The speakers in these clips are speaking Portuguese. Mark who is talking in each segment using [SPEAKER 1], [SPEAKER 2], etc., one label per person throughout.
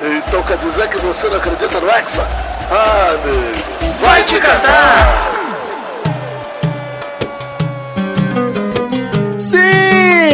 [SPEAKER 1] Então quer dizer que você não acredita no Hexa? Ah, amigo. Vai te catar!
[SPEAKER 2] Sim!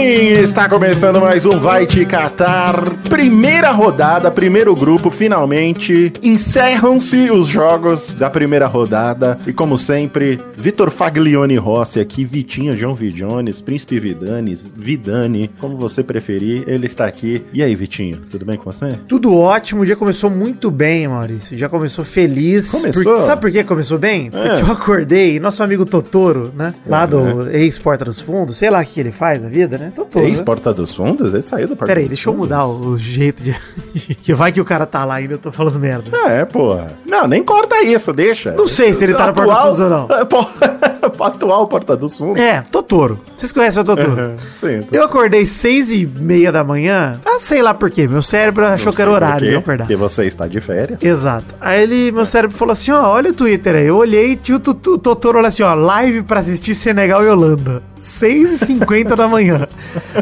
[SPEAKER 2] Está começando mais um Vai Te Catar. Primeira rodada, primeiro grupo, finalmente. Encerram-se os jogos da primeira rodada. E como sempre, Vitor Faglione Rossi aqui, Vitinho, João Vidiones, Príncipe Vidanes, Vidani, como você preferir, ele está aqui. E aí, Vitinho, tudo bem com você?
[SPEAKER 3] Tudo ótimo, o dia começou muito bem, Maurício. Já começou feliz.
[SPEAKER 2] Começou? É.
[SPEAKER 3] Por- sabe por que começou bem? Porque eu acordei e nosso amigo Totoro, né? Lá do ex-Porta dos Fundos, sei lá o que ele faz da vida, né? Totoro. né?
[SPEAKER 2] Ex-Porta dos Fundos? Ele saiu do Porta
[SPEAKER 3] Peraí,
[SPEAKER 2] dos
[SPEAKER 3] deixa eu
[SPEAKER 2] Fundos?
[SPEAKER 3] mudar o o jeito de. que vai que o cara tá lá ainda, eu tô falando merda.
[SPEAKER 2] É, porra. Não, nem corta isso, deixa.
[SPEAKER 3] Não sei se ele tá no Porta dos Fundos ou não.
[SPEAKER 2] não. Atual Porta dos Fundos.
[SPEAKER 3] É, Totoro. Vocês conhecem o Totoro?
[SPEAKER 2] Sim, então tô-
[SPEAKER 3] Eu acordei seis e meia da manhã. Ah, sei lá por quê. Meu cérebro achou que era horário, não perdão.
[SPEAKER 2] Porque você está de férias.
[SPEAKER 3] Exato. Aí ele, meu cérebro falou assim, ó, olha o Twitter aí. Eu olhei e tinha o Tutu- o Totoro lá assim, ó, live pra assistir Senegal e Holanda. 6h50 da manhã.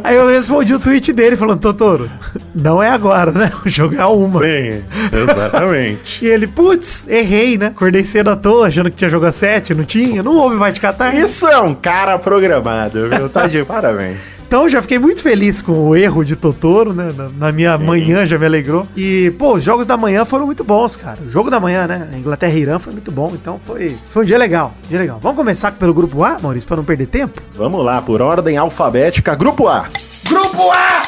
[SPEAKER 3] Aí eu respondi o tweet dele falando, Totoro, não é agora, né? O jogo é a uma.
[SPEAKER 2] Sim, exatamente.
[SPEAKER 3] E ele, putz, errei, né? Acordei cedo à toa, achando que tinha jogo às 7, não tinha. Não houve, vai te catar.
[SPEAKER 2] Isso é um cara programado, viu? Tá de parabéns.
[SPEAKER 3] Então já fiquei muito feliz com o erro de Totoro, né? Na, na minha
[SPEAKER 2] Sim.
[SPEAKER 3] manhã já me alegrou. E, pô, os jogos da manhã foram muito bons, cara. O jogo da manhã, né? A Inglaterra e Irã foi muito bom. Então foi, foi um dia legal. Dia legal. Vamos começar pelo grupo A, Maurício, pra não perder tempo?
[SPEAKER 2] Vamos lá, por ordem alfabética, Grupo A. Grupo A!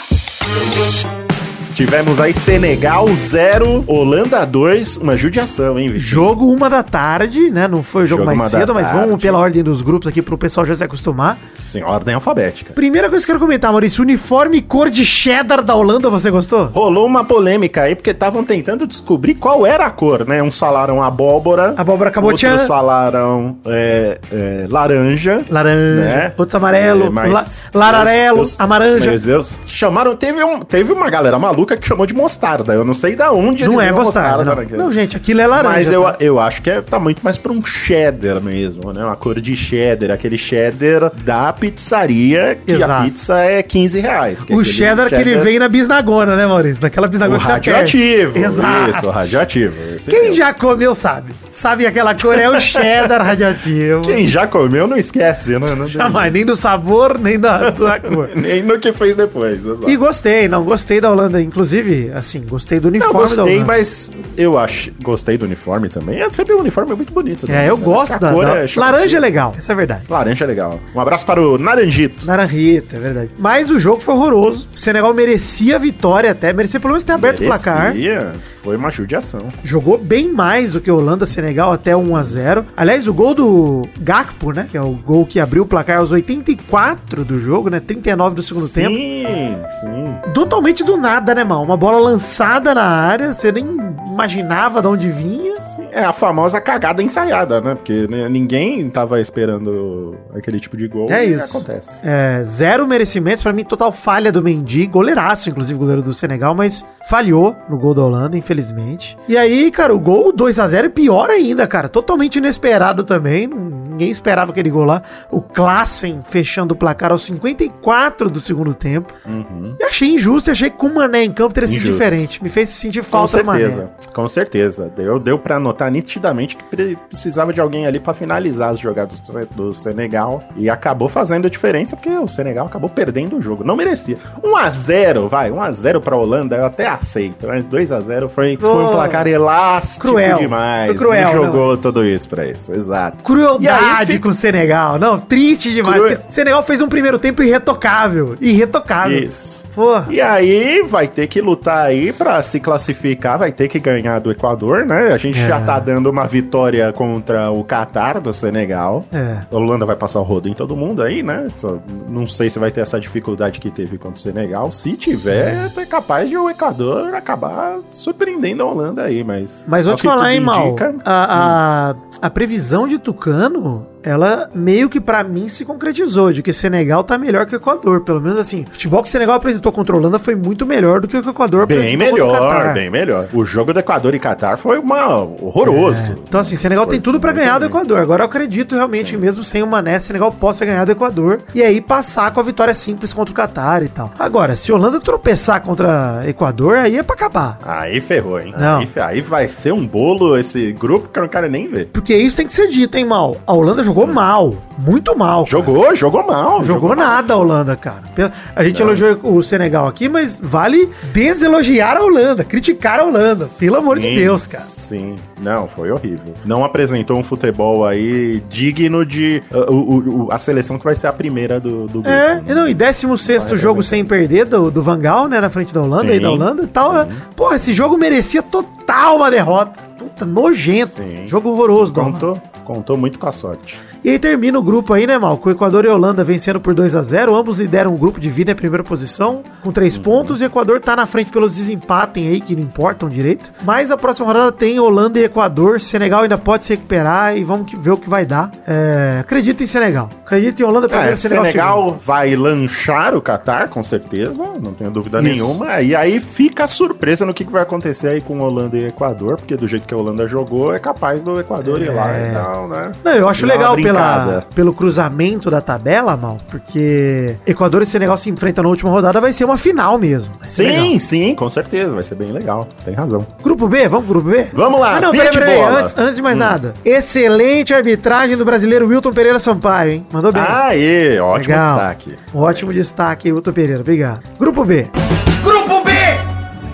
[SPEAKER 2] Tivemos aí Senegal 0, Holanda 2, uma judiação, hein, Vitinho?
[SPEAKER 3] Jogo uma da tarde, né? Não foi o jogo,
[SPEAKER 2] Jogo uma
[SPEAKER 3] mais
[SPEAKER 2] da
[SPEAKER 3] cedo, mas
[SPEAKER 2] tarde.
[SPEAKER 3] vamos pela ordem dos grupos aqui pro pessoal já se acostumar.
[SPEAKER 2] Sim, ordem alfabética.
[SPEAKER 3] Primeira coisa que eu quero comentar, Maurício, uniforme cor de cheddar da Holanda, você gostou?
[SPEAKER 2] Rolou uma polêmica aí, porque estavam tentando descobrir qual era a cor, né? Uns falaram abóbora,
[SPEAKER 3] Abóbora cabotiã,
[SPEAKER 2] outros falaram é, é, laranja.
[SPEAKER 3] laranja,
[SPEAKER 2] né?
[SPEAKER 3] outros É, amarelo,
[SPEAKER 2] É, mas
[SPEAKER 3] la-
[SPEAKER 2] Deus-
[SPEAKER 3] lararelo,
[SPEAKER 2] Deus-
[SPEAKER 3] amaranja.
[SPEAKER 2] Meu Deus. Chamaram, teve, um, teve uma galera maluca que chamou de mostarda. Eu não sei da onde
[SPEAKER 3] Não
[SPEAKER 2] eles
[SPEAKER 3] é
[SPEAKER 2] viram
[SPEAKER 3] mostarda,
[SPEAKER 2] naquele-
[SPEAKER 3] não. Não, gente, aquilo é laranja.
[SPEAKER 2] Mas eu,
[SPEAKER 3] tá?
[SPEAKER 2] eu acho que é, tá muito mais pra um cheddar mesmo, né? Uma cor de cheddar, aquele cheddar da pizzaria, que a
[SPEAKER 3] Exato.
[SPEAKER 2] pizza é 15 reais. que é
[SPEAKER 3] O
[SPEAKER 2] aquele
[SPEAKER 3] cheddar, que ele vem na bisnagona, né, Maurício? Naquela
[SPEAKER 2] O
[SPEAKER 3] bisnagona que você
[SPEAKER 2] radioativo.
[SPEAKER 3] aperta. Exato.
[SPEAKER 2] Isso, o radioativo. Esse é
[SPEAKER 3] Quem
[SPEAKER 2] mesmo.
[SPEAKER 3] já comeu sabe. Sabe aquela cor é o cheddar radioativo.
[SPEAKER 2] Quem já comeu não esquece, né? Não-
[SPEAKER 3] Jamais, nem do sabor, nem da, da cor.
[SPEAKER 2] Nem no que fez depois. exato.
[SPEAKER 3] E gostei, não, gostei da Holanda. Inclusive, assim, gostei do
[SPEAKER 2] Eu
[SPEAKER 3] uniforme né? da
[SPEAKER 2] gostei,
[SPEAKER 3] Holanda.
[SPEAKER 2] mas eu acho, gostei do uniforme também. É sempre um uniforme muito bonito. né?
[SPEAKER 3] É, eu gosto
[SPEAKER 2] A
[SPEAKER 3] da,
[SPEAKER 2] cor
[SPEAKER 3] da-
[SPEAKER 2] é chamativa.
[SPEAKER 3] Laranja é legal, essa é a verdade.
[SPEAKER 2] Laranja é legal. Um abraço para o Naranjito.
[SPEAKER 3] Naranjita, é verdade. Mas o jogo foi horroroso. O Senegal merecia a vitória até, merecia pelo menos ter aberto o placar.
[SPEAKER 2] Merecia. é, Foi uma judiação.
[SPEAKER 3] jogou bem mais do que a Holanda Senegal até 1 a 0. Aliás, o gol do Gakpo, né, que é o gol que abriu o placar aos 84 do jogo, né, 39 do segundo tempo.
[SPEAKER 2] Sim, sim.
[SPEAKER 3] Totalmente do nada, né, mal? Uma bola lançada na área, você nem imaginava de onde vinha.
[SPEAKER 2] É a famosa cagada ensaiada, né? Porque né, ninguém tava esperando aquele tipo de gol.
[SPEAKER 3] É
[SPEAKER 2] e
[SPEAKER 3] isso.
[SPEAKER 2] Acontece.
[SPEAKER 3] É, zero merecimentos, pra mim total falha do Mendy, goleiraço inclusive goleiro do Senegal, mas falhou no gol da Holanda, infelizmente. E aí, cara, o gol 2 a 0 é pior ainda, cara, totalmente inesperado também, não- ninguém esperava aquele gol lá. O Klassen fechando o placar aos 54 do segundo tempo.
[SPEAKER 2] Uhum.
[SPEAKER 3] E achei injusto, e achei que com o Mané em campo teria sido
[SPEAKER 2] Injusto.
[SPEAKER 3] diferente, me fez sentir
[SPEAKER 2] Com
[SPEAKER 3] falta do Mané.
[SPEAKER 2] certeza, com certeza. Deu, deu para notar nitidamente que pre- precisava de alguém ali para finalizar as jogadas do Se- do Senegal. E acabou fazendo a diferença, porque o Senegal acabou perdendo o jogo. Não merecia. 1x0, vai, 1x0 pra Holanda, eu até aceito. Mas 2x0 foi, foi um
[SPEAKER 3] Pô,
[SPEAKER 2] placar elástico
[SPEAKER 3] cruel.
[SPEAKER 2] demais.
[SPEAKER 3] Foi cruel, né,
[SPEAKER 2] Não jogou
[SPEAKER 3] não.
[SPEAKER 2] tudo isso pra isso, exato.
[SPEAKER 3] Crueldade
[SPEAKER 2] E aí fica-
[SPEAKER 3] com o Senegal, não, triste demais.
[SPEAKER 2] Cruel.
[SPEAKER 3] porque o Senegal fez um primeiro tempo irretocável, irretocável.
[SPEAKER 2] Isso.
[SPEAKER 3] Porra.
[SPEAKER 2] E aí vai ter que lutar aí pra se classificar, vai ter que ganhar do Equador, né? A gente
[SPEAKER 3] É.
[SPEAKER 2] já tá dando uma vitória contra o Catar do Senegal.
[SPEAKER 3] É.
[SPEAKER 2] A Holanda vai passar o rodo em todo mundo aí, né? Só não sei se vai ter essa dificuldade que teve contra o Senegal. Se tiver, é capaz de o Equador acabar surpreendendo a Holanda aí, mas.
[SPEAKER 3] Mas vou
[SPEAKER 2] ao
[SPEAKER 3] te
[SPEAKER 2] que
[SPEAKER 3] falar,
[SPEAKER 2] tudo
[SPEAKER 3] hein, Mal.
[SPEAKER 2] indica,
[SPEAKER 3] A, a, a previsão de Tucano ela meio que pra mim se concretizou, de que Senegal tá melhor que o Equador. Pelo menos assim, o futebol que o Senegal apresentou contra a Holanda foi muito melhor do que o que o Equador
[SPEAKER 2] Bem
[SPEAKER 3] apresentou contra o
[SPEAKER 2] melhor,
[SPEAKER 3] Catar.
[SPEAKER 2] bem melhor. O jogo do Equador e Catar foi uma horroroso.
[SPEAKER 3] Então, assim, Senegal tem tudo pra ganhar do Equador. Agora eu acredito realmente que mesmo sem o Mané, Senegal possa ganhar do Equador e aí passar com a vitória simples contra o Catar e tal. Agora, se a Holanda tropeçar contra o Equador, aí é pra acabar.
[SPEAKER 2] Aí ferrou, hein?
[SPEAKER 3] Não.
[SPEAKER 2] Aí, fe- aí vai ser um bolo esse grupo que eu não quero nem ver.
[SPEAKER 3] Porque isso tem que ser dito, hein, mal. A Holanda jogou mal. Muito mal. cara.
[SPEAKER 2] Hum. Jogou, jogou mal.
[SPEAKER 3] Jogou, nada a Holanda, cara. Pela- A gente elogiou o Senegal aqui, mas vale deselogiar a Holanda, criticar a Holanda. Pelo amor de
[SPEAKER 2] Sim,
[SPEAKER 3] Deus, cara.
[SPEAKER 2] Sim, não, foi horrível. Não apresentou um futebol aí digno de uh, o- o- o- a seleção que vai ser a primeira do, do grupo.
[SPEAKER 3] É,
[SPEAKER 2] né?
[SPEAKER 3] e não, e 16
[SPEAKER 2] Vai
[SPEAKER 3] jogo
[SPEAKER 2] representar.
[SPEAKER 3] sem perder do, do Vangal, né, na frente da Holanda
[SPEAKER 2] Sim,
[SPEAKER 3] e da Holanda e tal. é- Porra, esse jogo merecia total uma derrota. Puta, nojento.
[SPEAKER 2] Sim.
[SPEAKER 3] Jogo horroroso, da Holanda.
[SPEAKER 2] Contou, contou muito com a sorte.
[SPEAKER 3] E aí termina o grupo aí, né, Mal? Com o Equador e a Holanda vencendo por 2 a 0 Ambos lideram o grupo de vida em primeira posição, com três pontos. E o Equador tá na frente pelos desempatem aí, que não importam direito. Mas a próxima rodada tem Holanda e Equador. Senegal ainda pode se recuperar e vamos que- ver o que vai dar. É, acredito em Senegal. Acredito em Holanda
[SPEAKER 2] É,
[SPEAKER 3] primeiro, Senegal, segundo.
[SPEAKER 2] Senegal vai lanchar o Catar, com certeza, não tenho dúvida
[SPEAKER 3] Uhum. Isso.
[SPEAKER 2] nenhuma. E aí fica a surpresa no que que vai acontecer aí com Holanda e Equador, porque do jeito que a Holanda jogou, é capaz do Equador ir lá e tal, né?
[SPEAKER 3] É. Não, eu acho
[SPEAKER 2] Dá uma
[SPEAKER 3] legal pela,
[SPEAKER 2] brincada.
[SPEAKER 3] pelo cruzamento da tabela, Mal, porque Equador e Senegal se enfrentam na última rodada, vai ser uma final mesmo. Vai ser
[SPEAKER 2] Sim,
[SPEAKER 3] legal.
[SPEAKER 2] sim, com certeza, vai ser bem legal, tem razão.
[SPEAKER 3] Grupo B, vamos pro grupo B?
[SPEAKER 2] Vamos lá,
[SPEAKER 3] Ah, não,
[SPEAKER 2] pia
[SPEAKER 3] peraí,
[SPEAKER 2] de
[SPEAKER 3] peraí,
[SPEAKER 2] bola. Hum.
[SPEAKER 3] antes, antes de mais nada. Excelente arbitragem do brasileiro Wilton Pereira Sampaio, hein? Mandou bem.
[SPEAKER 2] Ah. Aê, ótimo
[SPEAKER 3] Legal.
[SPEAKER 2] destaque.
[SPEAKER 3] Ótimo destaque, Wilton Pereira, obrigado. Grupo B.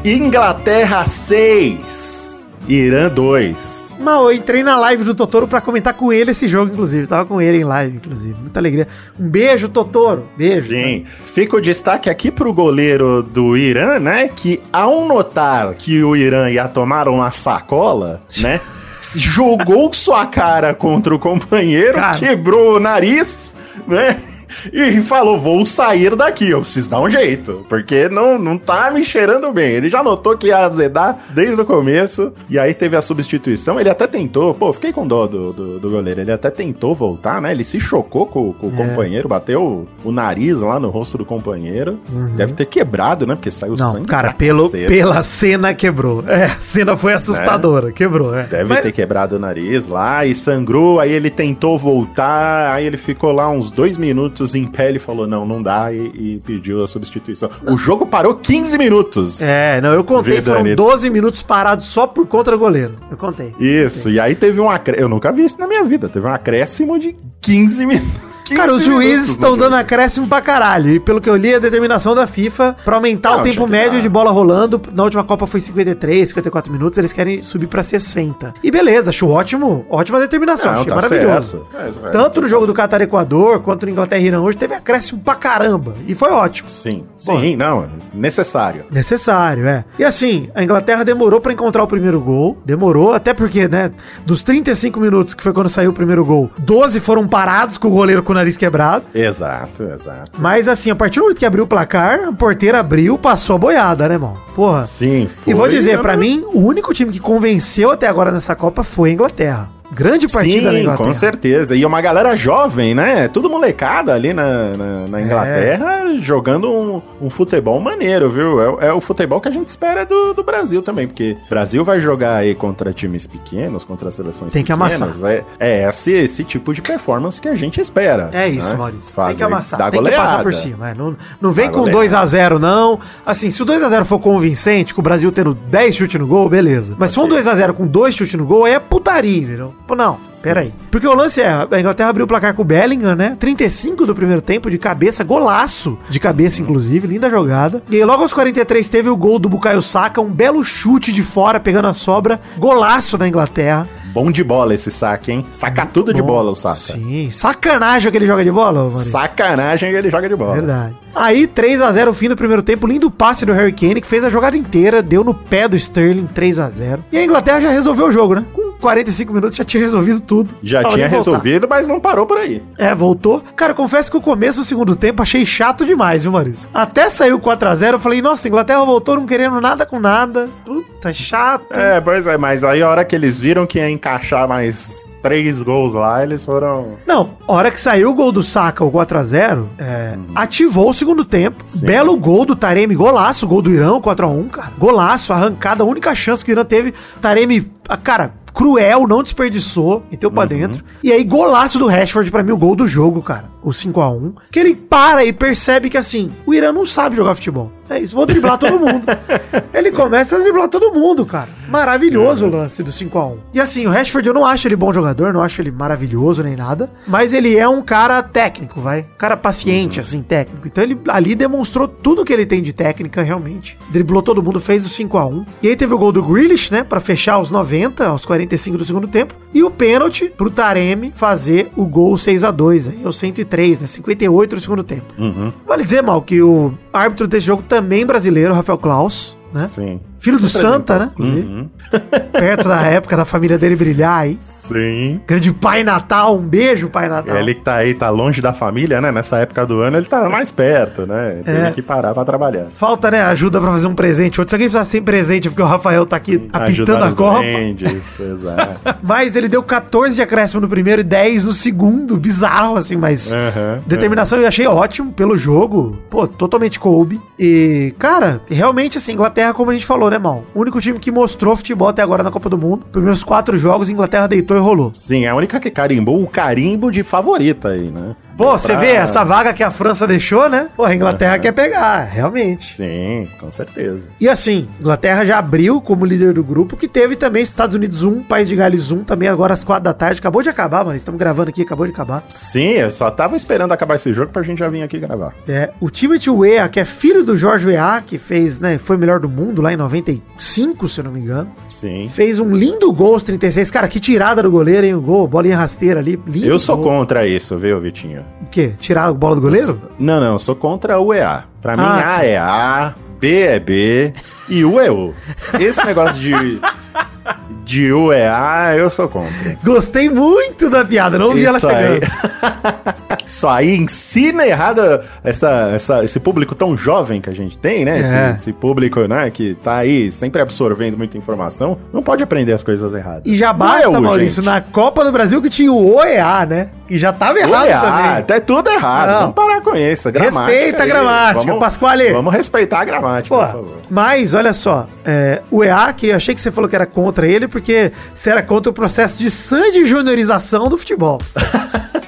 [SPEAKER 2] Inglaterra 6, Irã 2.
[SPEAKER 3] Mal, eu entrei na live do Totoro pra comentar com ele esse jogo, inclusive. Tava com ele em live, inclusive. Muita alegria. Um beijo, Totoro. Beijo.
[SPEAKER 2] Sim. né? Fica o destaque aqui pro goleiro do Irã, né? Que ao notar que o Irã ia tomar uma sacola, né? jogou sua cara contra o companheiro,
[SPEAKER 3] Cara.
[SPEAKER 2] quebrou o nariz, né? E falou: vou sair daqui, eu preciso dar um jeito, porque não, não tá me cheirando bem. Ele já notou que ia azedar desde o começo, e aí teve a substituição. Ele até tentou, pô, fiquei com dó do, do, do goleiro. Ele até tentou voltar, né? Ele se chocou com, com o
[SPEAKER 3] É.
[SPEAKER 2] companheiro, bateu o nariz lá no rosto do companheiro.
[SPEAKER 3] Uhum.
[SPEAKER 2] Deve ter quebrado, né? Porque saiu
[SPEAKER 3] Não,
[SPEAKER 2] sangue.
[SPEAKER 3] cara,
[SPEAKER 2] pra
[SPEAKER 3] pelo,
[SPEAKER 2] caceta. Né?
[SPEAKER 3] pela cena quebrou. É, a cena foi assustadora. Quebrou, é.
[SPEAKER 2] Deve
[SPEAKER 3] Mas-
[SPEAKER 2] ter quebrado o nariz lá e sangrou, aí ele tentou voltar, aí ele ficou lá uns dois minutos em pé, ele falou, não, não dá, e, e pediu a substituição. O jogo parou 15 minutos.
[SPEAKER 3] É, não, eu contei,
[SPEAKER 2] Vida,
[SPEAKER 3] foram
[SPEAKER 2] né?
[SPEAKER 3] 12 minutos parados só por contra goleiro. Eu contei.
[SPEAKER 2] Isso, e aí teve um acréscimo, eu nunca vi isso na minha vida, teve um acréscimo de 15 minutos.
[SPEAKER 3] Cara, os
[SPEAKER 2] 15
[SPEAKER 3] juízes
[SPEAKER 2] minutos no
[SPEAKER 3] estão
[SPEAKER 2] jogo.
[SPEAKER 3] dando acréscimo pra caralho. E pelo que eu li, é a determinação da FIFA pra aumentar
[SPEAKER 2] Não,
[SPEAKER 3] o
[SPEAKER 2] tinha
[SPEAKER 3] tempo
[SPEAKER 2] que
[SPEAKER 3] médio
[SPEAKER 2] dar.
[SPEAKER 3] de bola rolando. Na última Copa foi 53, 54 minutos, eles querem subir pra 60. E beleza, acho ótimo, ótima determinação,
[SPEAKER 2] Não,
[SPEAKER 3] achei
[SPEAKER 2] tá
[SPEAKER 3] maravilhoso. Então-
[SPEAKER 2] maravilhoso. Certo.
[SPEAKER 3] Tanto no jogo do Qatar e Equador, quanto no Inglaterra e Irã hoje, teve acréscimo pra caramba. E foi ótimo.
[SPEAKER 2] Sim, sim, não, é necessário.
[SPEAKER 3] Necessário, é. E assim, a Inglaterra demorou pra encontrar o primeiro gol. Demorou, até porque, né, dos 35 minutos que foi quando saiu o primeiro gol, 12 foram parados com o goleiro com o nariz quebrado.
[SPEAKER 2] Exato, exato.
[SPEAKER 3] Mas assim, a partir do momento que abriu o placar, a porteira abriu, passou a boiada, né, irmão? Porra.
[SPEAKER 2] Sim, foi.
[SPEAKER 3] e vou dizer, pra
[SPEAKER 2] mim
[SPEAKER 3] mim, o único time que convenceu até agora nessa Copa foi a Inglaterra. Grande partida da Inglaterra.
[SPEAKER 2] com certeza. E uma galera jovem, né? Tudo molecada ali na, na,
[SPEAKER 3] É.
[SPEAKER 2] na Inglaterra, jogando um, um futebol maneiro, viu? É, o- é o futebol que a gente espera do, do Brasil também, porque o Brasil vai jogar aí contra times pequenos, contra seleções
[SPEAKER 3] Tem que
[SPEAKER 2] pequenas.
[SPEAKER 3] amassar.
[SPEAKER 2] É, é esse, esse tipo de performance que a gente espera.
[SPEAKER 3] É isso,
[SPEAKER 2] né?
[SPEAKER 3] Maurício.
[SPEAKER 2] Fazer,
[SPEAKER 3] tem que amassar,
[SPEAKER 2] dar
[SPEAKER 3] tem que
[SPEAKER 2] goleada.
[SPEAKER 3] passar por cima. é. Não, não vem
[SPEAKER 2] Dá
[SPEAKER 3] com
[SPEAKER 2] goleada.
[SPEAKER 3] 2x0, não. Assim, se o 2x0 for convincente, com o Brasil tendo 10 chutes no gol, beleza. Mas se for um
[SPEAKER 2] Ok.
[SPEAKER 3] 2x0 com 2 chutes no gol, aí é putaria, entendeu? Pô, não, peraí. Porque o lance é, a Inglaterra abriu o placar com o Bellingham, né? 35 do primeiro tempo, de cabeça, golaço. De cabeça, inclusive, linda jogada. E aí, logo aos 43 teve o gol do Bukayo Saka, um belo chute de fora, pegando a sobra. Golaço da Inglaterra.
[SPEAKER 2] Bom de bola esse saque, hein? Saca tudo de
[SPEAKER 3] Bom,
[SPEAKER 2] bola o Saca.
[SPEAKER 3] Sim, sacanagem que ele joga de bola, Maurício.
[SPEAKER 2] Sacanagem que ele joga de bola.
[SPEAKER 3] Verdade. Aí 3 a 0 o fim do primeiro tempo, lindo passe do Harry Kane que fez a jogada inteira, deu no pé do Sterling 3 a 0. E a Inglaterra já resolveu o jogo, né? Com 45 minutos já tinha resolvido tudo.
[SPEAKER 2] Já
[SPEAKER 3] Só
[SPEAKER 2] tinha
[SPEAKER 3] ele voltar.
[SPEAKER 2] resolvido, mas não parou por aí.
[SPEAKER 3] É, voltou. Cara, confesso que o começo do segundo tempo achei chato demais, viu, Maurício? Até saiu 4 a 0, eu falei: "Nossa, a Inglaterra voltou não querendo nada com nada". Puta chata, chata.
[SPEAKER 2] É, pois é, mas aí a hora que eles viram que ia encaixar mais três gols lá, eles foram.
[SPEAKER 3] Não, a hora que saiu o gol do Saka, o 4x0, é, ativou o segundo tempo. Belo gol do Taremi, golaço, gol do Irã, o 4x1, cara. Golaço, arrancada, a única chance que o Irã teve. Taremi, ah, cara, cruel, não desperdiçou, meteu pra dentro. E aí, golaço do Rashford, pra mim, o gol do jogo, cara. O 5x1. Que ele para e percebe que, assim, o Irã não sabe jogar futebol. É isso, vou driblar todo mundo. ele começa a driblar todo mundo, cara. Maravilhoso o lance do 5x1. E assim, o Rashford, eu não acho ele bom jogador, não acho ele maravilhoso nem nada, mas ele é um cara técnico, vai. Um cara paciente, assim, técnico. Então ele ali demonstrou tudo que ele tem de técnica, realmente. Driblou todo mundo, fez o 5x1. E aí teve o gol do Grealish, né, pra fechar os 90, aos 45 do segundo tempo. E o pênalti pro Taremi fazer o gol 6x2, aí é o 103, né, 58 do segundo tempo.
[SPEAKER 2] Uhum.
[SPEAKER 3] Vale dizer, mal, que o árbitro desse jogo também brasileiro, Rafael Klaus, né?
[SPEAKER 2] Sim.
[SPEAKER 3] Filho do Santa, né? Inclusive.
[SPEAKER 2] Uhum.
[SPEAKER 3] Perto da época da família dele brilhar aí.
[SPEAKER 2] Sim.
[SPEAKER 3] Grande Pai Natal, um beijo, Pai Natal.
[SPEAKER 2] Ele que tá aí, tá longe da família, né? Nessa época do ano, ele tá mais perto, né? Teve
[SPEAKER 3] É.
[SPEAKER 2] que parar pra trabalhar.
[SPEAKER 3] Falta, né? Ajuda pra fazer um presente. Outro, se alguém tá sem presente, é porque o Rafael tá aqui apitando
[SPEAKER 2] Ajudar
[SPEAKER 3] a
[SPEAKER 2] os
[SPEAKER 3] Copa.
[SPEAKER 2] doentes, exato.
[SPEAKER 3] Mas ele deu 14 de acréscimo no primeiro e 10 no segundo. Bizarro, assim, mas.
[SPEAKER 2] Aham.
[SPEAKER 3] Determinação eu achei ótimo pelo jogo. Pô, totalmente coube. E, cara, realmente, assim, Inglaterra, como a gente falou, né, mal? O único time que mostrou futebol até agora na Copa do Mundo. Primeiros quatro jogos, Inglaterra deitou e rolou.
[SPEAKER 2] Sim, é a única que carimbou o carimbo de favorita aí, né?
[SPEAKER 3] Pô, você
[SPEAKER 2] Pra-
[SPEAKER 3] vê essa vaga que a França deixou, né? Pô, a Inglaterra quer pegar, realmente.
[SPEAKER 2] Sim, com certeza.
[SPEAKER 3] E assim, Inglaterra já abriu como líder do grupo, que teve também Estados Unidos 1, País de Gales 1, também agora às 4 da tarde. Acabou de acabar, mano. Estamos gravando aqui, acabou de acabar.
[SPEAKER 2] Sim, eu só tava esperando acabar esse jogo pra gente já vir aqui gravar.
[SPEAKER 3] É, o Timothy Weah, que é filho do Jorge Weah, que fez, né, foi melhor do mundo lá em 95, se eu não me engano,
[SPEAKER 2] Sim.
[SPEAKER 3] fez um lindo gol aos 36. Cara, que tirada do goleiro, hein? O gol, bolinha rasteira ali. Lindo
[SPEAKER 2] Eu sou
[SPEAKER 3] gol.
[SPEAKER 2] contra isso, viu, Vitinho?
[SPEAKER 3] O quê? Tirar a bola do goleiro?
[SPEAKER 2] Não, não, eu sou contra o EA. Pra mim,
[SPEAKER 3] Ah,
[SPEAKER 2] A é A, B é B e U é U. Esse negócio de, de U é A, eu sou contra.
[SPEAKER 3] Gostei muito da piada, não vi ela
[SPEAKER 2] Isso aí.
[SPEAKER 3] chegando.
[SPEAKER 2] Isso aí ensina errado essa, essa- esse público tão jovem que a gente tem, né? Esse,
[SPEAKER 3] É.
[SPEAKER 2] esse público, né, que tá aí sempre absorvendo muita informação, não pode aprender as coisas erradas.
[SPEAKER 3] E já
[SPEAKER 2] Não
[SPEAKER 3] basta,
[SPEAKER 2] é U,
[SPEAKER 3] Maurício,
[SPEAKER 2] gente.
[SPEAKER 3] na Copa do Brasil que tinha o OEA, né? E já tava errado
[SPEAKER 2] Olha,
[SPEAKER 3] também.
[SPEAKER 2] Tá tudo errado.
[SPEAKER 3] Não.
[SPEAKER 2] Vamos parar com isso. a gramática
[SPEAKER 3] Respeita a
[SPEAKER 2] aí.
[SPEAKER 3] gramática,
[SPEAKER 2] Vamos,
[SPEAKER 3] Pasquale.
[SPEAKER 2] Vamos respeitar a gramática,
[SPEAKER 3] Pô,
[SPEAKER 2] por favor.
[SPEAKER 3] mas olha só, é, o EA, que eu achei que você falou que era contra ele, porque você era contra o processo de sand juniorização do futebol.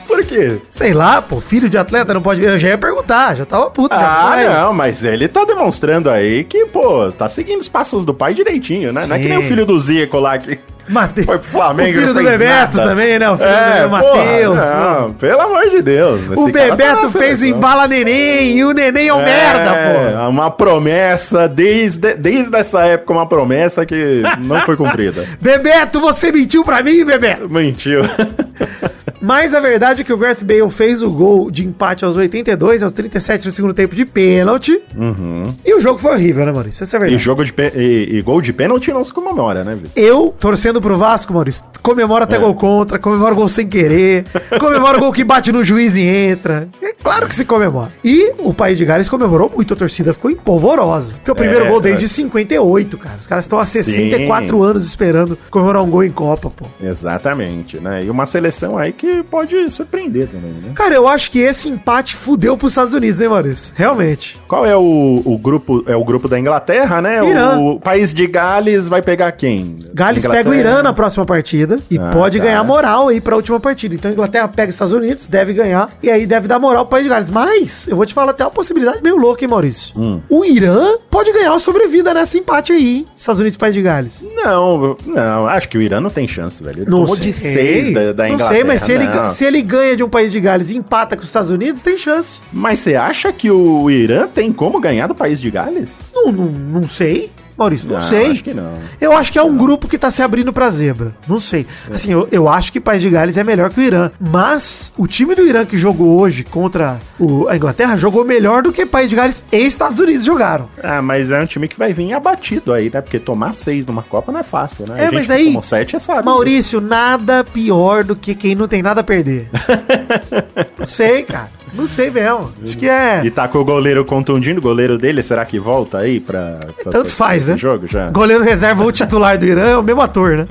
[SPEAKER 2] Por quê?
[SPEAKER 3] Sei lá, pô, filho de atleta não pode ver. Eu já ia perguntar, já tava puto. já,
[SPEAKER 2] Ah,
[SPEAKER 3] mas-
[SPEAKER 2] não, mas ele tá demonstrando aí que, pô, tá seguindo os passos do pai direitinho, né? Não é
[SPEAKER 3] Sim.
[SPEAKER 2] que nem o filho do Zico lá que
[SPEAKER 3] Mate...
[SPEAKER 2] foi pro Flamengo.
[SPEAKER 3] O filho
[SPEAKER 2] não
[SPEAKER 3] do
[SPEAKER 2] fez
[SPEAKER 3] Bebeto
[SPEAKER 2] nada.
[SPEAKER 3] também, né? O filho
[SPEAKER 2] É,
[SPEAKER 3] do Matheus.
[SPEAKER 2] porra, não, pelo amor de Deus.
[SPEAKER 3] O
[SPEAKER 2] esse cara tá
[SPEAKER 3] Bebeto
[SPEAKER 2] na
[SPEAKER 3] fez o
[SPEAKER 2] seleção.
[SPEAKER 3] embala neném e o neném é um merda, pô.
[SPEAKER 2] É, Uma promessa, desde, desde essa época, uma promessa que não foi cumprida.
[SPEAKER 3] Bebeto, você mentiu pra mim, Bebeto.
[SPEAKER 2] Mentiu.
[SPEAKER 3] Mas a verdade é que o Gareth Bale fez o gol de empate aos 82, aos 37 do segundo tempo de pênalti.
[SPEAKER 2] Uhum.
[SPEAKER 3] E o jogo foi horrível, né, Maurício? Essa é a
[SPEAKER 2] E,
[SPEAKER 3] verdade.
[SPEAKER 2] jogo de pe- e, e gol de pênalti não se comemora, né, Vitor?
[SPEAKER 3] Eu, torcendo pro Vasco, Maurício,
[SPEAKER 2] É.
[SPEAKER 3] comemora até gol contra, comemora gol sem querer, comemora gol que bate no juiz e entra. É claro que se comemora. E o País de Gales comemorou muito, a torcida ficou empolvorosa. Porque é o primeiro
[SPEAKER 2] É,
[SPEAKER 3] gol
[SPEAKER 2] cara.
[SPEAKER 3] desde 58, cara. Os caras estão há 64
[SPEAKER 2] Sim.
[SPEAKER 3] anos esperando comemorar um gol em Copa, pô.
[SPEAKER 2] Exatamente, né? E uma seleção aí que pode surpreender também, né?
[SPEAKER 3] Cara, eu acho que esse empate fudeu pros Estados Unidos, hein, Maurício? Realmente.
[SPEAKER 2] Qual é o, o grupo? É o grupo da Inglaterra, né?
[SPEAKER 3] Irã.
[SPEAKER 2] O, país de Gales vai pegar quem?
[SPEAKER 3] Gales
[SPEAKER 2] Inglaterra.
[SPEAKER 3] pega o Irã na próxima partida e
[SPEAKER 2] Ah,
[SPEAKER 3] pode
[SPEAKER 2] tá.
[SPEAKER 3] ganhar moral aí pra última partida. Então a Inglaterra pega os Estados Unidos, deve ganhar, e aí deve dar moral pro país de Gales. Mas eu vou te falar até uma possibilidade meio louca, hein, Maurício?
[SPEAKER 2] Hum.
[SPEAKER 3] O Irã pode ganhar o sobrevida nesse empate aí, hein? Estados Unidos e País de Gales.
[SPEAKER 2] Não, não, acho que o Irã não tem chance, velho. Ele
[SPEAKER 3] Não
[SPEAKER 2] tomou
[SPEAKER 3] sei.
[SPEAKER 2] de seis da, da Inglaterra.
[SPEAKER 3] Não sei, mas se ele,
[SPEAKER 2] não.
[SPEAKER 3] se ele ganha de um país de Gales e empata com os Estados Unidos, tem chance.
[SPEAKER 2] Mas você acha que o Irã tem como ganhar do país de Gales?
[SPEAKER 3] Não, não, não sei, Maurício, não, sei.
[SPEAKER 2] Acho que não.
[SPEAKER 3] Eu acho que é um grupo que tá se abrindo pra zebra. Não sei.
[SPEAKER 2] É.
[SPEAKER 3] Assim, eu, eu acho que País de Gales é melhor que o Irã. Mas o time do Irã que jogou hoje contra o- a Inglaterra jogou melhor do que País de Gales e Estados Unidos jogaram.
[SPEAKER 2] Ah, mas é um time que vai vir abatido aí, né? Porque tomar seis numa Copa não é fácil, né?
[SPEAKER 3] É,
[SPEAKER 2] A gente
[SPEAKER 3] mas
[SPEAKER 2] que
[SPEAKER 3] aí-
[SPEAKER 2] Tomou sete, é sabe.
[SPEAKER 3] Maurício, nada pior do que quem não tem nada a perder. Não sei, cara. Não sei mesmo. Acho que é.
[SPEAKER 2] E tá com o goleiro contundindo, o goleiro dele, será que volta aí pra. pra- pra-
[SPEAKER 3] Tanto faz,
[SPEAKER 2] esse
[SPEAKER 3] né?
[SPEAKER 2] jogo já?
[SPEAKER 3] Goleiro reserva ou titular do Irã é o mesmo ator, né?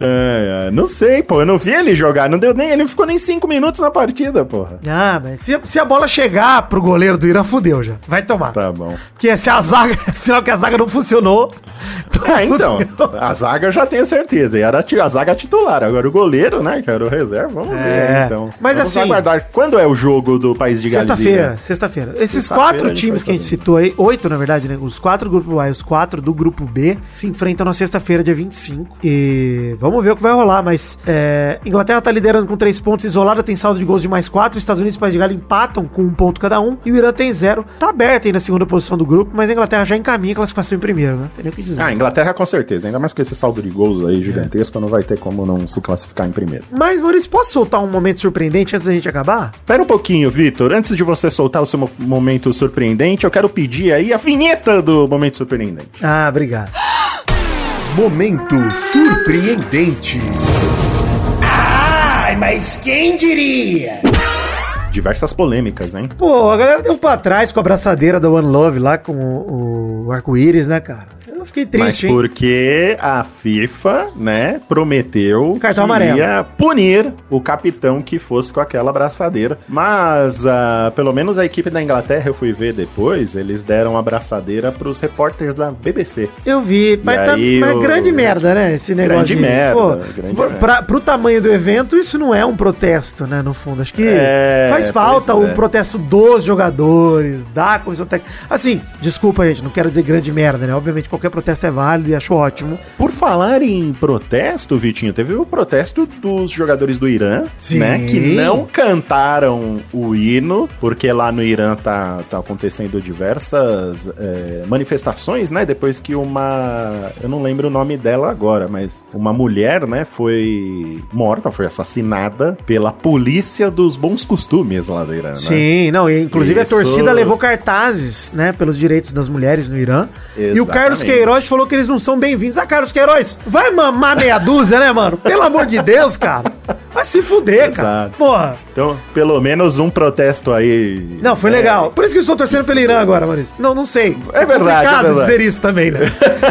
[SPEAKER 2] É, é, não sei, pô. Eu não vi ele jogar. Não deu nem. Ele não ficou nem cinco minutos na partida, porra.
[SPEAKER 3] Ah, mas se, se a bola chegar pro goleiro do Irã, fudeu já. Vai tomar.
[SPEAKER 2] Tá bom.
[SPEAKER 3] Porque se a zaga. Sinal que a zaga não funcionou.
[SPEAKER 2] Ah, então.
[SPEAKER 3] Fudeu.
[SPEAKER 2] A zaga eu já tenho certeza. E era a ti- a zaga titular. Agora o goleiro, né? Que era o reserva. Vamos ver
[SPEAKER 3] É.
[SPEAKER 2] aí, então.
[SPEAKER 3] Mas
[SPEAKER 2] Vamos
[SPEAKER 3] assim-
[SPEAKER 2] aguardar. Quando é o jogo do País de Gales?
[SPEAKER 3] Sexta-feira, sexta-feira. Esses
[SPEAKER 2] Sexta-feira a
[SPEAKER 3] quatro
[SPEAKER 2] gente
[SPEAKER 3] times
[SPEAKER 2] vai
[SPEAKER 3] que a gente
[SPEAKER 2] saber.
[SPEAKER 3] citou aí, oito na verdade, né? Os quatro do grupo A e os quatro do grupo B se enfrentam na sexta-feira, dia 25. E vamos ver o que vai rolar, mas é, Inglaterra tá liderando com três pontos, isolada tem saldo de gols de mais quatro, Estados Unidos e País de Gales empatam com um ponto cada um, e o Irã tem zero. Tá aberto aí na segunda posição do grupo, mas a Inglaterra já encaminha a classificação em primeiro, né? Não Tem nem o que dizer.
[SPEAKER 2] Ah, Inglaterra com certeza. Ainda mais com esse saldo de gols aí gigantesco, não vai ter como não se classificar em primeiro.
[SPEAKER 3] Mas, Maurício, posso soltar um momento surpreendente antes da gente acabar?
[SPEAKER 2] Pera um pouquinho, Vitor. Antes de você soltar o seu mo- momento surpreendente, eu quero pedir aí a vinheta do momento surpreendente.
[SPEAKER 3] Ah, obrigado.
[SPEAKER 4] Momento surpreendente.
[SPEAKER 5] Ai, mas quem diria?
[SPEAKER 2] Diversas polêmicas, hein?
[SPEAKER 3] Pô, a galera deu pra trás com a abraçadeira da One Love lá com o, o arco-íris, né, cara? Eu fiquei
[SPEAKER 2] Mas
[SPEAKER 3] triste, hein?
[SPEAKER 2] porque a FIFA, né, prometeu
[SPEAKER 3] Cartão
[SPEAKER 2] que
[SPEAKER 3] amarelo.
[SPEAKER 2] ia punir o capitão que fosse com aquela abraçadeira. Mas, ah, pelo menos a equipe da Inglaterra, eu fui ver depois, eles deram a abraçadeira pros repórteres da BBC.
[SPEAKER 3] Eu vi, mas, tá,
[SPEAKER 2] aí
[SPEAKER 3] mas
[SPEAKER 2] o-
[SPEAKER 3] grande merda, né? Esse negócio.
[SPEAKER 2] Grande merda, grande
[SPEAKER 3] pra-
[SPEAKER 2] merda.
[SPEAKER 3] Pro tamanho do evento, isso não é um protesto, né? No fundo, acho que
[SPEAKER 2] É,
[SPEAKER 3] faz falta
[SPEAKER 2] pois
[SPEAKER 3] o
[SPEAKER 2] é.
[SPEAKER 3] protesto dos jogadores, da comissão técnica. Assim, desculpa, gente, não quero dizer grande merda, né? Obviamente qualquer protesto é válido e acho ótimo.
[SPEAKER 2] Por falar em protesto, Vitinho, teve o protesto dos jogadores do Irã,
[SPEAKER 3] Sim.
[SPEAKER 2] né? Que não cantaram o hino, porque lá no Irã tá, tá acontecendo diversas é, manifestações, né? Depois que uma. Eu não lembro o nome dela agora, mas uma mulher, né, foi morta, foi assassinada pela polícia dos bons costumes lá do Irã, né?
[SPEAKER 3] Sim, não, e inclusive
[SPEAKER 2] Isso.
[SPEAKER 3] a torcida levou cartazes, né, pelos direitos das mulheres no Irã. E o Carlos
[SPEAKER 2] Exatamente.
[SPEAKER 3] Queiroz falou que eles não são bem-vindos. Ah, Carlos Queiroz, vai mamar meia dúzia, né, mano? Pelo amor de Deus, cara. Vai se fuder, cara.
[SPEAKER 2] Exato.
[SPEAKER 3] Porra.
[SPEAKER 2] Então, pelo menos um protesto aí.
[SPEAKER 3] Não, foi
[SPEAKER 2] né,
[SPEAKER 3] legal. Por isso que eu estou torcendo pelo Irã agora, Maurício. Não, não sei.
[SPEAKER 2] É verdade, é
[SPEAKER 3] complicado
[SPEAKER 2] verdade.
[SPEAKER 3] dizer isso também, né?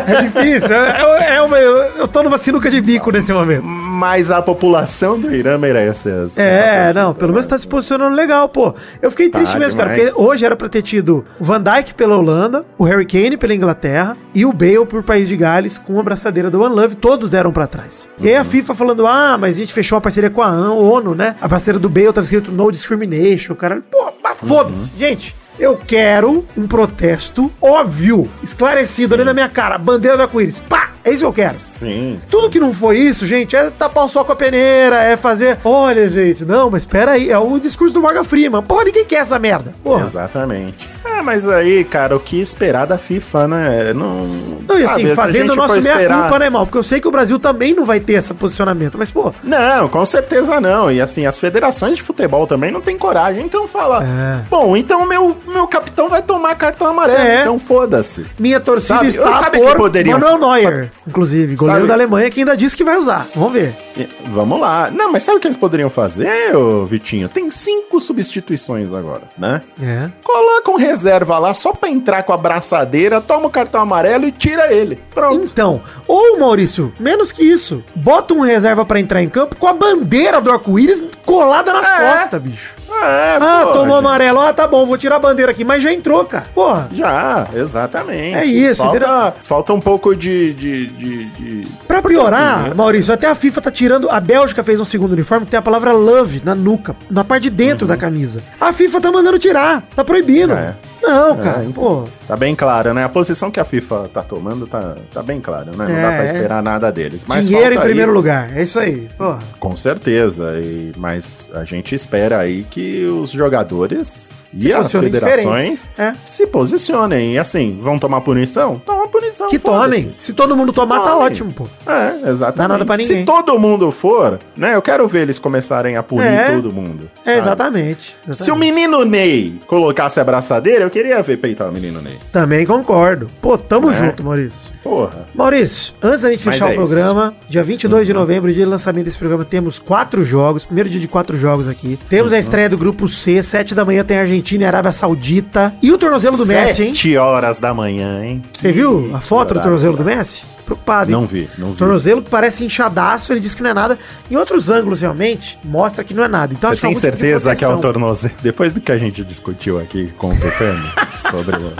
[SPEAKER 3] É difícil. É, é uma, eu, eu tô numa sinuca de bico nesse momento.
[SPEAKER 2] Mas a população do Irã merece essa.
[SPEAKER 3] É,
[SPEAKER 2] essa assim, né?
[SPEAKER 3] não, pelo menos tá se posicionando legal, pô. Eu fiquei triste
[SPEAKER 2] Tá,
[SPEAKER 3] mesmo, cara,
[SPEAKER 2] demais.
[SPEAKER 3] porque hoje era pra ter tido o Van Dijk pela Holanda, o Harry Kane pela Inglaterra e o Bale por País de Gales com a abraçadeira do One Love, todos eram pra trás. E aí
[SPEAKER 2] Uhum.
[SPEAKER 3] a FIFA falando, ah, mas a gente fechou uma parceria com a AN- ONU, né? A parceria do Bale tava escrito No Discrimination, cara. Pô, mas
[SPEAKER 2] Uhum.
[SPEAKER 3] foda-se, gente. Eu quero um protesto óbvio, esclarecido ali na minha cara, bandeira do arco-íris. Pá! É isso que eu quero.
[SPEAKER 2] né? Sim.
[SPEAKER 3] Tudo que não foi isso, gente, é tapar o sol com a peneira, é fazer. Olha, gente, não, mas espera aí, é o discurso do Morgan Freeman. Porra, ninguém quer essa merda. Porra.
[SPEAKER 2] Exatamente. Ah, mas aí, cara, o que esperar da FIFA, né? Não.
[SPEAKER 3] Não, e
[SPEAKER 2] sabe,
[SPEAKER 3] assim,
[SPEAKER 2] se a
[SPEAKER 3] fazendo
[SPEAKER 2] gente
[SPEAKER 3] o nosso
[SPEAKER 2] for esperar-
[SPEAKER 3] meia-culpa, né, mal? Porque eu sei que o Brasil também não vai ter esse posicionamento, mas, pô,
[SPEAKER 2] Não, com certeza não. E assim, as federações de futebol também não têm coragem. Então fala,
[SPEAKER 3] É.
[SPEAKER 2] bom, então meu, meu capitão vai tomar cartão amarelo.
[SPEAKER 3] É.
[SPEAKER 2] Então foda-se.
[SPEAKER 3] minha torcida
[SPEAKER 2] Sabe,
[SPEAKER 3] está
[SPEAKER 2] sabe
[SPEAKER 3] por
[SPEAKER 2] que poderiam-
[SPEAKER 3] Manuel Neuer, inclusive, goleiro
[SPEAKER 2] sabe-
[SPEAKER 3] da Alemanha, que ainda disse que vai usar. Vamos ver.
[SPEAKER 2] E- Vamos lá. Não, mas sabe o que eles poderiam fazer, ô Vitinho? Tem cinco substituições agora, né?
[SPEAKER 3] É.
[SPEAKER 2] Coloca um reserva lá só pra entrar com a braçadeira, toma o cartão amarelo e tira ele. Pronto.
[SPEAKER 3] Então, ou Maurício, menos que isso, bota um reserva pra entrar em campo com a bandeira do arco-íris colada nas
[SPEAKER 2] É.
[SPEAKER 3] costas, bicho.
[SPEAKER 2] É,
[SPEAKER 3] Ah,
[SPEAKER 2] pô,
[SPEAKER 3] tomou
[SPEAKER 2] gente.
[SPEAKER 3] amarelo. Ah, tá bom, vou tirar a bandeira aqui. Mas já entrou, cara. Porra,
[SPEAKER 2] Já, exatamente.
[SPEAKER 3] É isso,
[SPEAKER 2] Falta,
[SPEAKER 3] entendeu?
[SPEAKER 2] falta um pouco de. de, de, de-
[SPEAKER 3] pra
[SPEAKER 2] Assim,
[SPEAKER 3] piorar,
[SPEAKER 2] né?
[SPEAKER 3] Maurício, até a FIFA tá tirando. A Bélgica fez um segundo uniforme que tem a palavra love na nuca, na parte de dentro da camisa. A FIFA tá mandando tirar, tá proibindo.
[SPEAKER 2] Uhum. É.
[SPEAKER 3] Não,
[SPEAKER 2] É,
[SPEAKER 3] cara,
[SPEAKER 2] então.
[SPEAKER 3] pô.
[SPEAKER 2] Tá bem claro, né? A posição que a FIFA tá tomando tá, tá bem claro, né? Não
[SPEAKER 3] É,
[SPEAKER 2] dá pra
[SPEAKER 3] é.
[SPEAKER 2] esperar nada deles. Mas
[SPEAKER 3] dinheiro em
[SPEAKER 2] falta aí-
[SPEAKER 3] primeiro lugar. É isso aí. Porra.
[SPEAKER 2] Com certeza. E, mas a gente espera aí que os jogadores e as
[SPEAKER 3] posiciona
[SPEAKER 2] federações
[SPEAKER 3] diferentes, é.
[SPEAKER 2] se posicionem. E assim, vão tomar punição? Toma punição.
[SPEAKER 3] Que
[SPEAKER 2] foda-se.
[SPEAKER 3] tomem. Se todo mundo tomar, tá
[SPEAKER 2] Tomem.
[SPEAKER 3] ótimo, pô.
[SPEAKER 2] É, exatamente.
[SPEAKER 3] Dá nada pra ninguém.
[SPEAKER 2] Se todo mundo for, né? Eu quero ver eles começarem a punir
[SPEAKER 3] É.
[SPEAKER 2] todo mundo.
[SPEAKER 3] É,
[SPEAKER 2] sabe?
[SPEAKER 3] exatamente.
[SPEAKER 2] Se o
[SPEAKER 3] exatamente.
[SPEAKER 2] menino Ney colocasse a abraçadeira, eu queria ver peitar o menino Ney.
[SPEAKER 3] Também concordo. Pô, tamo
[SPEAKER 2] É.
[SPEAKER 3] junto, Maurício.
[SPEAKER 2] Porra.
[SPEAKER 3] Maurício, antes da gente
[SPEAKER 2] Mas
[SPEAKER 3] fechar
[SPEAKER 2] é
[SPEAKER 3] o programa, dia 22 de novembro, dia de lançamento desse programa, temos quatro jogos, primeiro dia de quatro jogos aqui. Temos
[SPEAKER 2] Uhum.
[SPEAKER 3] a estreia do grupo C, sete da manhã tem Argentina e Arábia Saudita. E o tornozelo do Messi, hein?
[SPEAKER 2] Sete horas da manhã, hein?
[SPEAKER 3] Você viu a foto do tornozelo do Messi? Tô Preocupado, hein?
[SPEAKER 2] Não vi, não vi.
[SPEAKER 3] Tornozelo que parece inchadaço, ele diz que não é nada. Em outros ângulos, realmente, mostra que não é nada. Então,
[SPEAKER 2] Você
[SPEAKER 3] acho que
[SPEAKER 2] tem
[SPEAKER 3] algum tipo de
[SPEAKER 2] certeza que é o
[SPEAKER 3] proteção.
[SPEAKER 2] tornozelo? Depois do que a gente discutiu aqui com o Tocano sobre o,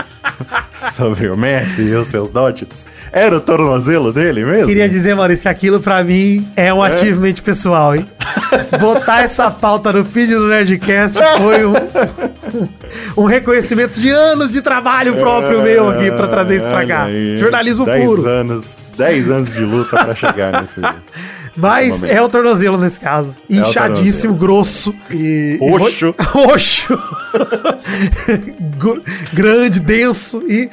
[SPEAKER 2] sobre o Messi e os seus dotes, era o tornozelo dele mesmo?
[SPEAKER 3] Queria dizer, Maurício, que aquilo pra mim é um achievement pessoal, hein? Botar essa pauta no feed do Nerdcast foi um, um reconhecimento de anos de trabalho próprio meu aqui pra trazer isso pra cá.
[SPEAKER 2] É, Ah, Olha aí.
[SPEAKER 3] Jornalismo
[SPEAKER 2] Dez
[SPEAKER 3] puro.
[SPEAKER 2] Anos, 10 anos de luta pra chegar nesse.
[SPEAKER 3] Mas
[SPEAKER 2] momento.
[SPEAKER 3] é o tornozelo nesse caso.
[SPEAKER 2] É o
[SPEAKER 3] Inchadíssimo, grosso e.
[SPEAKER 2] Roxo.
[SPEAKER 3] e ro- Roxo. Gr- Grande, denso e.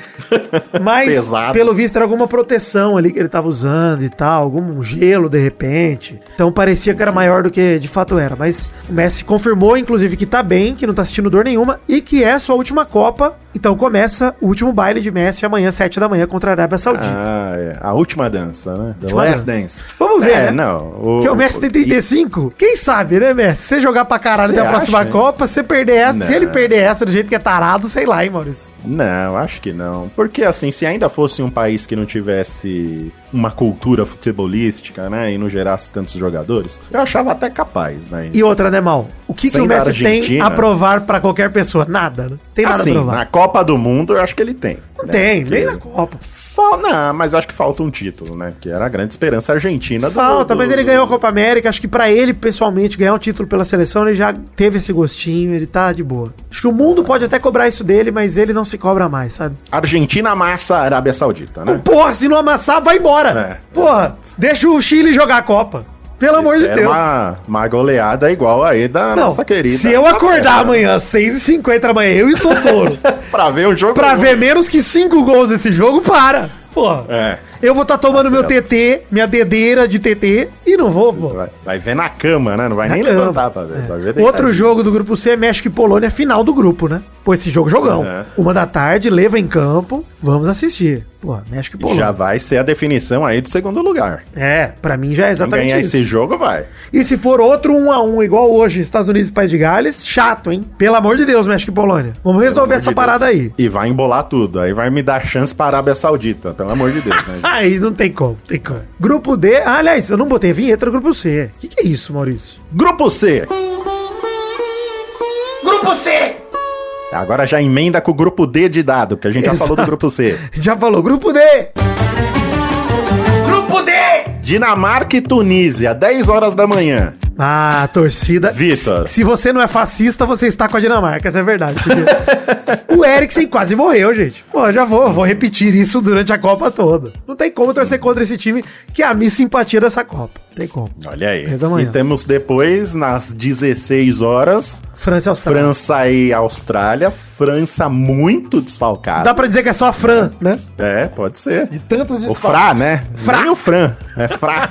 [SPEAKER 3] Mas,
[SPEAKER 2] Pesado.
[SPEAKER 3] pelo visto, era alguma proteção ali que ele tava usando e tal, algum gelo de repente. Então parecia que era maior do que de fato era. Mas o Messi confirmou, inclusive, que tá bem, que não tá sentindo dor nenhuma e que é sua última Copa. Então começa o último baile de Messi amanhã, 7 da manhã, contra a Arábia Saudita.
[SPEAKER 2] Ah, é. A última dança, né? The
[SPEAKER 3] Última
[SPEAKER 2] Last
[SPEAKER 3] dança.
[SPEAKER 2] Dance.
[SPEAKER 3] Vamos ver,
[SPEAKER 2] É,
[SPEAKER 3] né?
[SPEAKER 2] não.
[SPEAKER 3] Porque o Messi tem 35? Quem sabe, né, Messi? Se você jogar pra caralho
[SPEAKER 2] Você
[SPEAKER 3] até a próxima
[SPEAKER 2] acha, hein?
[SPEAKER 3] Copa, se perder essa, se
[SPEAKER 2] Não.
[SPEAKER 3] ele perder essa do jeito que é tarado, sei lá, hein, Maurício?
[SPEAKER 2] Não, acho que não. Porque, assim, se ainda fosse um país que não tivesse uma cultura futebolística, né? E não gerasse tantos jogadores, eu achava até capaz, mas.
[SPEAKER 3] E outra, né, Mal? O que, que
[SPEAKER 2] Sem
[SPEAKER 3] o Messi
[SPEAKER 2] da
[SPEAKER 3] tem
[SPEAKER 2] Argentina.
[SPEAKER 3] a provar pra qualquer pessoa? Nada, né? Tem nada
[SPEAKER 2] assim,
[SPEAKER 3] a provar.
[SPEAKER 2] na Copa do Mundo, eu acho que ele tem.
[SPEAKER 3] Não
[SPEAKER 2] né?
[SPEAKER 3] tem,
[SPEAKER 2] Porque-
[SPEAKER 3] nem na Copa.
[SPEAKER 2] Fal- Não, mas acho que falta um título, né? Que era a grande esperança argentina do
[SPEAKER 3] Falta,
[SPEAKER 2] do-
[SPEAKER 3] mas ele ganhou a Copa América. Acho que pra ele, pessoalmente, ganhar um título pela seleção, ele já teve esse gostinho, ele tá de boa. Acho que o mundo pode até cobrar isso dele, mas ele não se cobra mais, sabe?
[SPEAKER 2] Argentina amassa a Arábia Saudita, né?
[SPEAKER 3] Porra, se não amassar, vai embora.
[SPEAKER 2] É.
[SPEAKER 3] Porra, deixa o Chile jogar a Copa. Pelo amor de
[SPEAKER 2] Espero
[SPEAKER 3] Deus.
[SPEAKER 2] é Uma, uma goleada igual aí da
[SPEAKER 3] Não,
[SPEAKER 2] nossa querida. Tá
[SPEAKER 3] se eu acordar
[SPEAKER 2] Inglaterra,
[SPEAKER 3] amanhã às 6h50 da manhã, eu e o Totoro,
[SPEAKER 2] Pra ver o jogo.
[SPEAKER 3] pra ver menos que 5 gols nesse jogo, para. Porra.
[SPEAKER 2] É.
[SPEAKER 3] Eu vou estar tomando meu
[SPEAKER 2] certo.
[SPEAKER 3] TT, minha dedeira de TT, e não vou, pô.
[SPEAKER 2] Vai, vai ver na cama, né? Não vai
[SPEAKER 3] Na
[SPEAKER 2] nem
[SPEAKER 3] cama. É.
[SPEAKER 2] levantar pra ver. Vai ver deitadinho.
[SPEAKER 3] Outro jogo do grupo C, é México e Polônia, final do grupo, né? Pô, esse jogo jogão.
[SPEAKER 2] É.
[SPEAKER 3] Uma da tarde, leva em campo, vamos assistir. Pô, México e
[SPEAKER 2] E
[SPEAKER 3] Polônia.
[SPEAKER 2] Já vai ser a definição aí do segundo lugar.
[SPEAKER 3] É, pra mim já é
[SPEAKER 2] Quem
[SPEAKER 3] exatamente
[SPEAKER 2] ganhar
[SPEAKER 3] isso.
[SPEAKER 2] esse jogo vai.
[SPEAKER 3] E se for outro 1 a 1 igual hoje, Estados Unidos e País de Gales, chato, hein? Pelo amor de Deus, México e Polônia. Vamos
[SPEAKER 2] Pelo
[SPEAKER 3] resolver
[SPEAKER 2] amor
[SPEAKER 3] essa
[SPEAKER 2] de
[SPEAKER 3] parada
[SPEAKER 2] Deus.
[SPEAKER 3] aí.
[SPEAKER 2] E vai embolar tudo. Aí vai me dar chance pra Arábia Saudita, pelo amor de Deus, né?
[SPEAKER 3] Aí não tem como, tem como. Grupo D, ah, aliás, eu não botei a vinheta do grupo C. O que, que é isso, Maurício?
[SPEAKER 2] Grupo C.
[SPEAKER 5] Grupo C!
[SPEAKER 2] Agora já emenda com o grupo D de dado, porque a gente já
[SPEAKER 3] Exato.
[SPEAKER 2] falou do grupo C.
[SPEAKER 3] Já falou, grupo D!
[SPEAKER 5] Grupo D!
[SPEAKER 2] Dinamarca e Tunísia, 10 horas da manhã.
[SPEAKER 3] Ah, torcida.
[SPEAKER 2] Vitor.
[SPEAKER 3] Se, se você não é fascista, você está com a Dinamarca, essa é verdade. porque o Eriksen quase morreu, gente. Pô, já vou, vou repetir isso durante a Copa toda. Não tem como torcer contra esse time que é a minha simpatia dessa Copa. Não tem como.
[SPEAKER 2] Olha aí.
[SPEAKER 3] 10 da manhã.
[SPEAKER 2] E temos depois, nas 16 horas,
[SPEAKER 3] França e Austrália.
[SPEAKER 2] França e Austrália. França muito desfalcada.
[SPEAKER 3] Dá pra dizer que é só a Fran, né?
[SPEAKER 2] É, pode ser.
[SPEAKER 3] De tantos
[SPEAKER 2] O Fra, né?
[SPEAKER 3] Fra.
[SPEAKER 2] Nem o Fran. É Fra.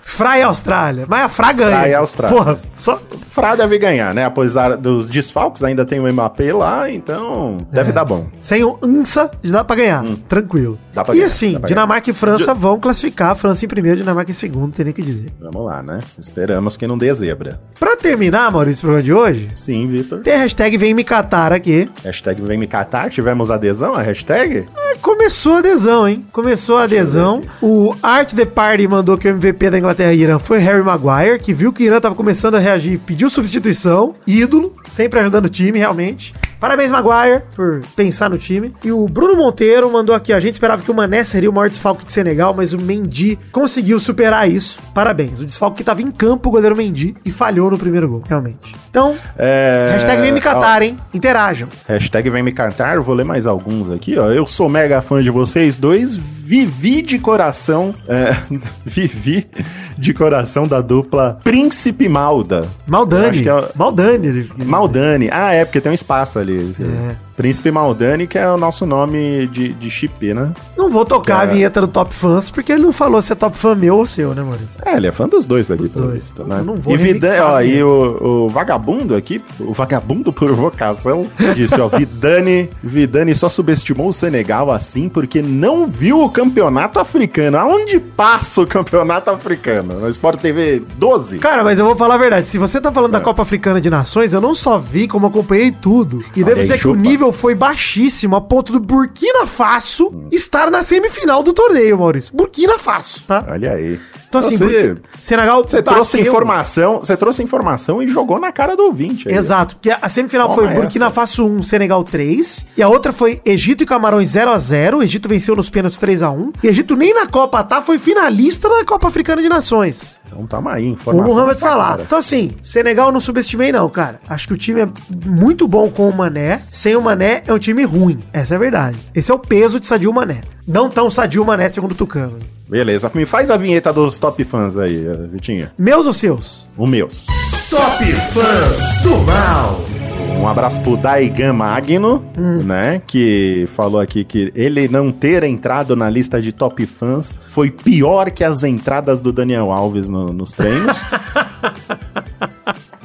[SPEAKER 3] Fra e Austrália. Mas a Fra ganha.
[SPEAKER 2] Fra e Austrália.
[SPEAKER 3] Porra, só.
[SPEAKER 2] Fra deve ganhar, né? Apesar dos desfalques, ainda tem o Mbappé lá, então
[SPEAKER 3] É.
[SPEAKER 2] deve dar bom.
[SPEAKER 3] Sem o Ansa, dá pra ganhar. Tranquilo.
[SPEAKER 2] Hum. Dá pra
[SPEAKER 3] e
[SPEAKER 2] ganhar,
[SPEAKER 3] assim,
[SPEAKER 2] dá pra
[SPEAKER 3] Dinamarca e França vão classificar. França em primeiro, Dinamarca em segundo, não tem nem o que dizer.
[SPEAKER 2] Vamos lá, né? Esperamos que não dê zebra.
[SPEAKER 3] Pra terminar, Maurício, o programa de hoje,
[SPEAKER 2] Sim, Vitor.
[SPEAKER 3] tem a hashtag Vem Me Catar aqui.
[SPEAKER 2] Hashtag vem me catar. Tivemos adesão à hashtag?
[SPEAKER 3] Ah, Começou a adesão, hein? Começou a adesão. O Art The Party mandou que o MVP da Inglaterra e Irã foi Harry Maguire, que viu que o Irã tava começando a reagir, pediu substituição, ídolo, sempre ajudando o time, realmente. Parabéns, Maguire, por pensar no time. E o Bruno Monteiro mandou aqui, ó, a gente esperava que o Mané seria o maior desfalque de Senegal, mas o Mendy conseguiu superar isso. Parabéns. O desfalque que tava em campo, o goleiro Mendy, e falhou no primeiro gol, realmente. Então,
[SPEAKER 2] É...
[SPEAKER 3] hashtag vem me catar, hein? Interajam.
[SPEAKER 2] Hashtag vem me cantar, eu vou ler mais alguns aqui, ó. Eu sou mega fã de vocês dois, vivi de coração, é, vivi de coração da dupla Príncipe Malda. Eu acho
[SPEAKER 3] Maldani.
[SPEAKER 2] que é-
[SPEAKER 3] Maldani. ele quis dizer.
[SPEAKER 2] Maldani. Ah, é, porque tem um espaço ali.
[SPEAKER 3] É.
[SPEAKER 2] Príncipe Maldani, que é o nosso nome de, de chip, né?
[SPEAKER 3] Não vou tocar
[SPEAKER 2] Cara.
[SPEAKER 3] a vinheta do Top Fans, porque ele não falou se é Top Fan meu ou seu, né, Maurício?
[SPEAKER 2] É, ele é fã dos dois aqui, pelo
[SPEAKER 3] dois.
[SPEAKER 2] visto, né?
[SPEAKER 3] Eu não vou
[SPEAKER 2] e Vidani,
[SPEAKER 3] remixar
[SPEAKER 2] ó,
[SPEAKER 3] a
[SPEAKER 2] e
[SPEAKER 3] minha.
[SPEAKER 2] o, o vagabundo aqui, o vagabundo por vocação, disse, ó, Vidani, Vidani só subestimou o Senegal assim porque não viu o campeonato africano. Aonde passa o campeonato africano? Na Sport TV 12?
[SPEAKER 3] Cara, mas eu vou falar a verdade. Se você tá
[SPEAKER 2] É.
[SPEAKER 3] falando da Copa Africana de Nações, eu não só vi, como acompanhei tudo. E
[SPEAKER 2] Olha
[SPEAKER 3] devo
[SPEAKER 2] aí,
[SPEAKER 3] dizer que o
[SPEAKER 2] chupa.
[SPEAKER 3] nível foi baixíssimo, a ponto do Burkina Faso
[SPEAKER 2] Hum.
[SPEAKER 3] estar na semifinal do torneio, Maurício. Burkina Faso, tá?
[SPEAKER 2] Olha aí.
[SPEAKER 3] Então, assim, tá
[SPEAKER 2] você,
[SPEAKER 3] Burkina- Senegal.
[SPEAKER 2] você trouxe
[SPEAKER 3] bateu.
[SPEAKER 2] informação, você trouxe informação e jogou na cara do ouvinte. aí.
[SPEAKER 3] Exato, porque a semifinal
[SPEAKER 2] Toma
[SPEAKER 3] foi Burkina
[SPEAKER 2] essa.
[SPEAKER 3] Faso 1, Senegal 3, e a outra foi Egito e Camarões 0 a 0. O Egito venceu nos pênaltis 3 a 1. E Egito nem na Copa tá foi finalista da Copa Africana de Nações.
[SPEAKER 2] Então tamo aí,
[SPEAKER 3] Com o
[SPEAKER 2] informação.
[SPEAKER 3] Mohamed
[SPEAKER 2] pra
[SPEAKER 3] Salah.
[SPEAKER 2] cara.
[SPEAKER 3] Então, assim, Senegal eu não subestimei, não, cara. Acho que o time é muito bom com o Mané. Sem o Mané, é um time ruim. Essa é a verdade. Esse é o peso de Sadio Mané. Não tão Sadio Mané, segundo o Tucano.
[SPEAKER 2] Beleza, me faz a vinheta dos top fãs aí, eh, Vitinha.
[SPEAKER 3] Meus ou seus?
[SPEAKER 2] O meus.
[SPEAKER 4] Top Fãs do Mal. Hum.
[SPEAKER 2] Um abraço pro Daigan Magno, né? Que falou aqui que ele não ter entrado na lista de top fãs foi pior que as entradas do Daniel Alves no- nos treinos.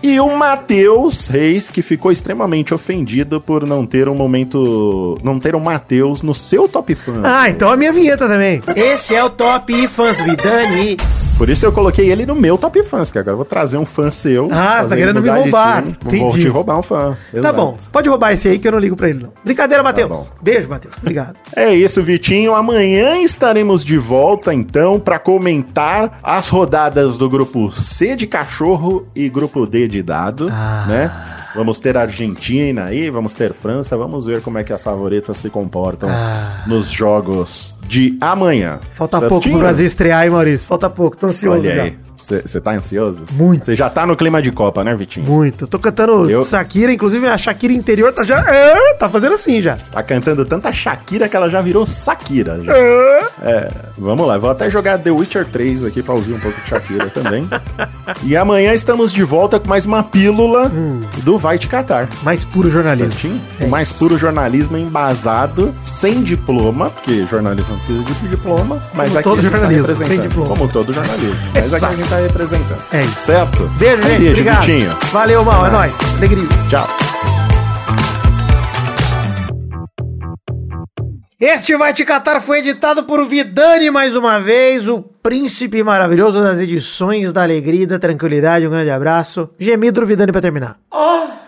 [SPEAKER 2] E o Matheus Reis, que ficou extremamente ofendido por não ter um momento. não ter o Matheus no seu top fã.
[SPEAKER 3] Ah, então a minha vinheta também.
[SPEAKER 5] Esse é o top fãs do Vidani.
[SPEAKER 2] Por isso eu coloquei ele no meu top fãs, que agora eu vou trazer um fã seu.
[SPEAKER 3] Ah, você tá
[SPEAKER 2] fazer ele
[SPEAKER 3] querendo me
[SPEAKER 2] mudar de
[SPEAKER 3] roubar.
[SPEAKER 2] time. Vou
[SPEAKER 3] Entendi.
[SPEAKER 2] te roubar um fã.
[SPEAKER 3] Tá
[SPEAKER 2] Exato. Tá
[SPEAKER 3] bom, pode roubar esse aí que eu não ligo pra ele, não. Brincadeira, Matheus.
[SPEAKER 2] bom.
[SPEAKER 3] Beijo, Matheus. Obrigado.
[SPEAKER 2] É isso, Vitinho. Amanhã estaremos de volta, então, para comentar as rodadas do grupo C de cachorro e grupo D de dado,
[SPEAKER 3] Ah.
[SPEAKER 2] né? Vamos ter Argentina aí, vamos ter França, vamos ver como é que as favoritas se comportam
[SPEAKER 3] Ah.
[SPEAKER 2] nos jogos de amanhã.
[SPEAKER 3] Falta
[SPEAKER 2] Certinho?
[SPEAKER 3] pouco pro Brasil estrear, hein, Maurício? Falta pouco, tô ansioso
[SPEAKER 2] Olha
[SPEAKER 3] já.
[SPEAKER 2] aí. Você tá ansioso?
[SPEAKER 3] Muito.
[SPEAKER 2] Você já tá no clima de Copa, né, Vitinho?
[SPEAKER 3] Muito. Tô cantando
[SPEAKER 2] Eu-
[SPEAKER 3] Shakira, inclusive a Shakira interior tá já. É, tá fazendo assim já.
[SPEAKER 2] Tá cantando tanta Shakira que ela já virou Sakira. já. É, vamos lá, vou até jogar The Witcher 3 aqui pra ouvir um pouco de Shakira também. E amanhã estamos de volta com mais uma pílula do Vai Te Catar.
[SPEAKER 3] Mais puro jornalismo.
[SPEAKER 2] Certinho?
[SPEAKER 3] Hum. É
[SPEAKER 2] o mais
[SPEAKER 3] isso.
[SPEAKER 2] puro jornalismo embasado, sem diploma, porque jornalismo não precisa de diploma, mas
[SPEAKER 3] Como
[SPEAKER 2] aqui
[SPEAKER 3] todo
[SPEAKER 2] a gente tá
[SPEAKER 3] jornalismo, sem
[SPEAKER 2] representando.
[SPEAKER 3] diploma.
[SPEAKER 2] Como todo jornalismo, mas aqui a gente tá representando.
[SPEAKER 3] É isso.
[SPEAKER 2] Certo?
[SPEAKER 3] Beijo, gente.
[SPEAKER 2] Beijo,
[SPEAKER 3] Obrigado.
[SPEAKER 2] Vitinho.
[SPEAKER 3] Valeu, mal. É nóis. Alegria.
[SPEAKER 2] Tchau.
[SPEAKER 3] Este Vai Te Catar foi editado por Vidani mais uma vez, o príncipe maravilhoso das edições da alegria e da tranquilidade. Um grande abraço. Gemido do Vidani pra terminar.
[SPEAKER 5] Oh!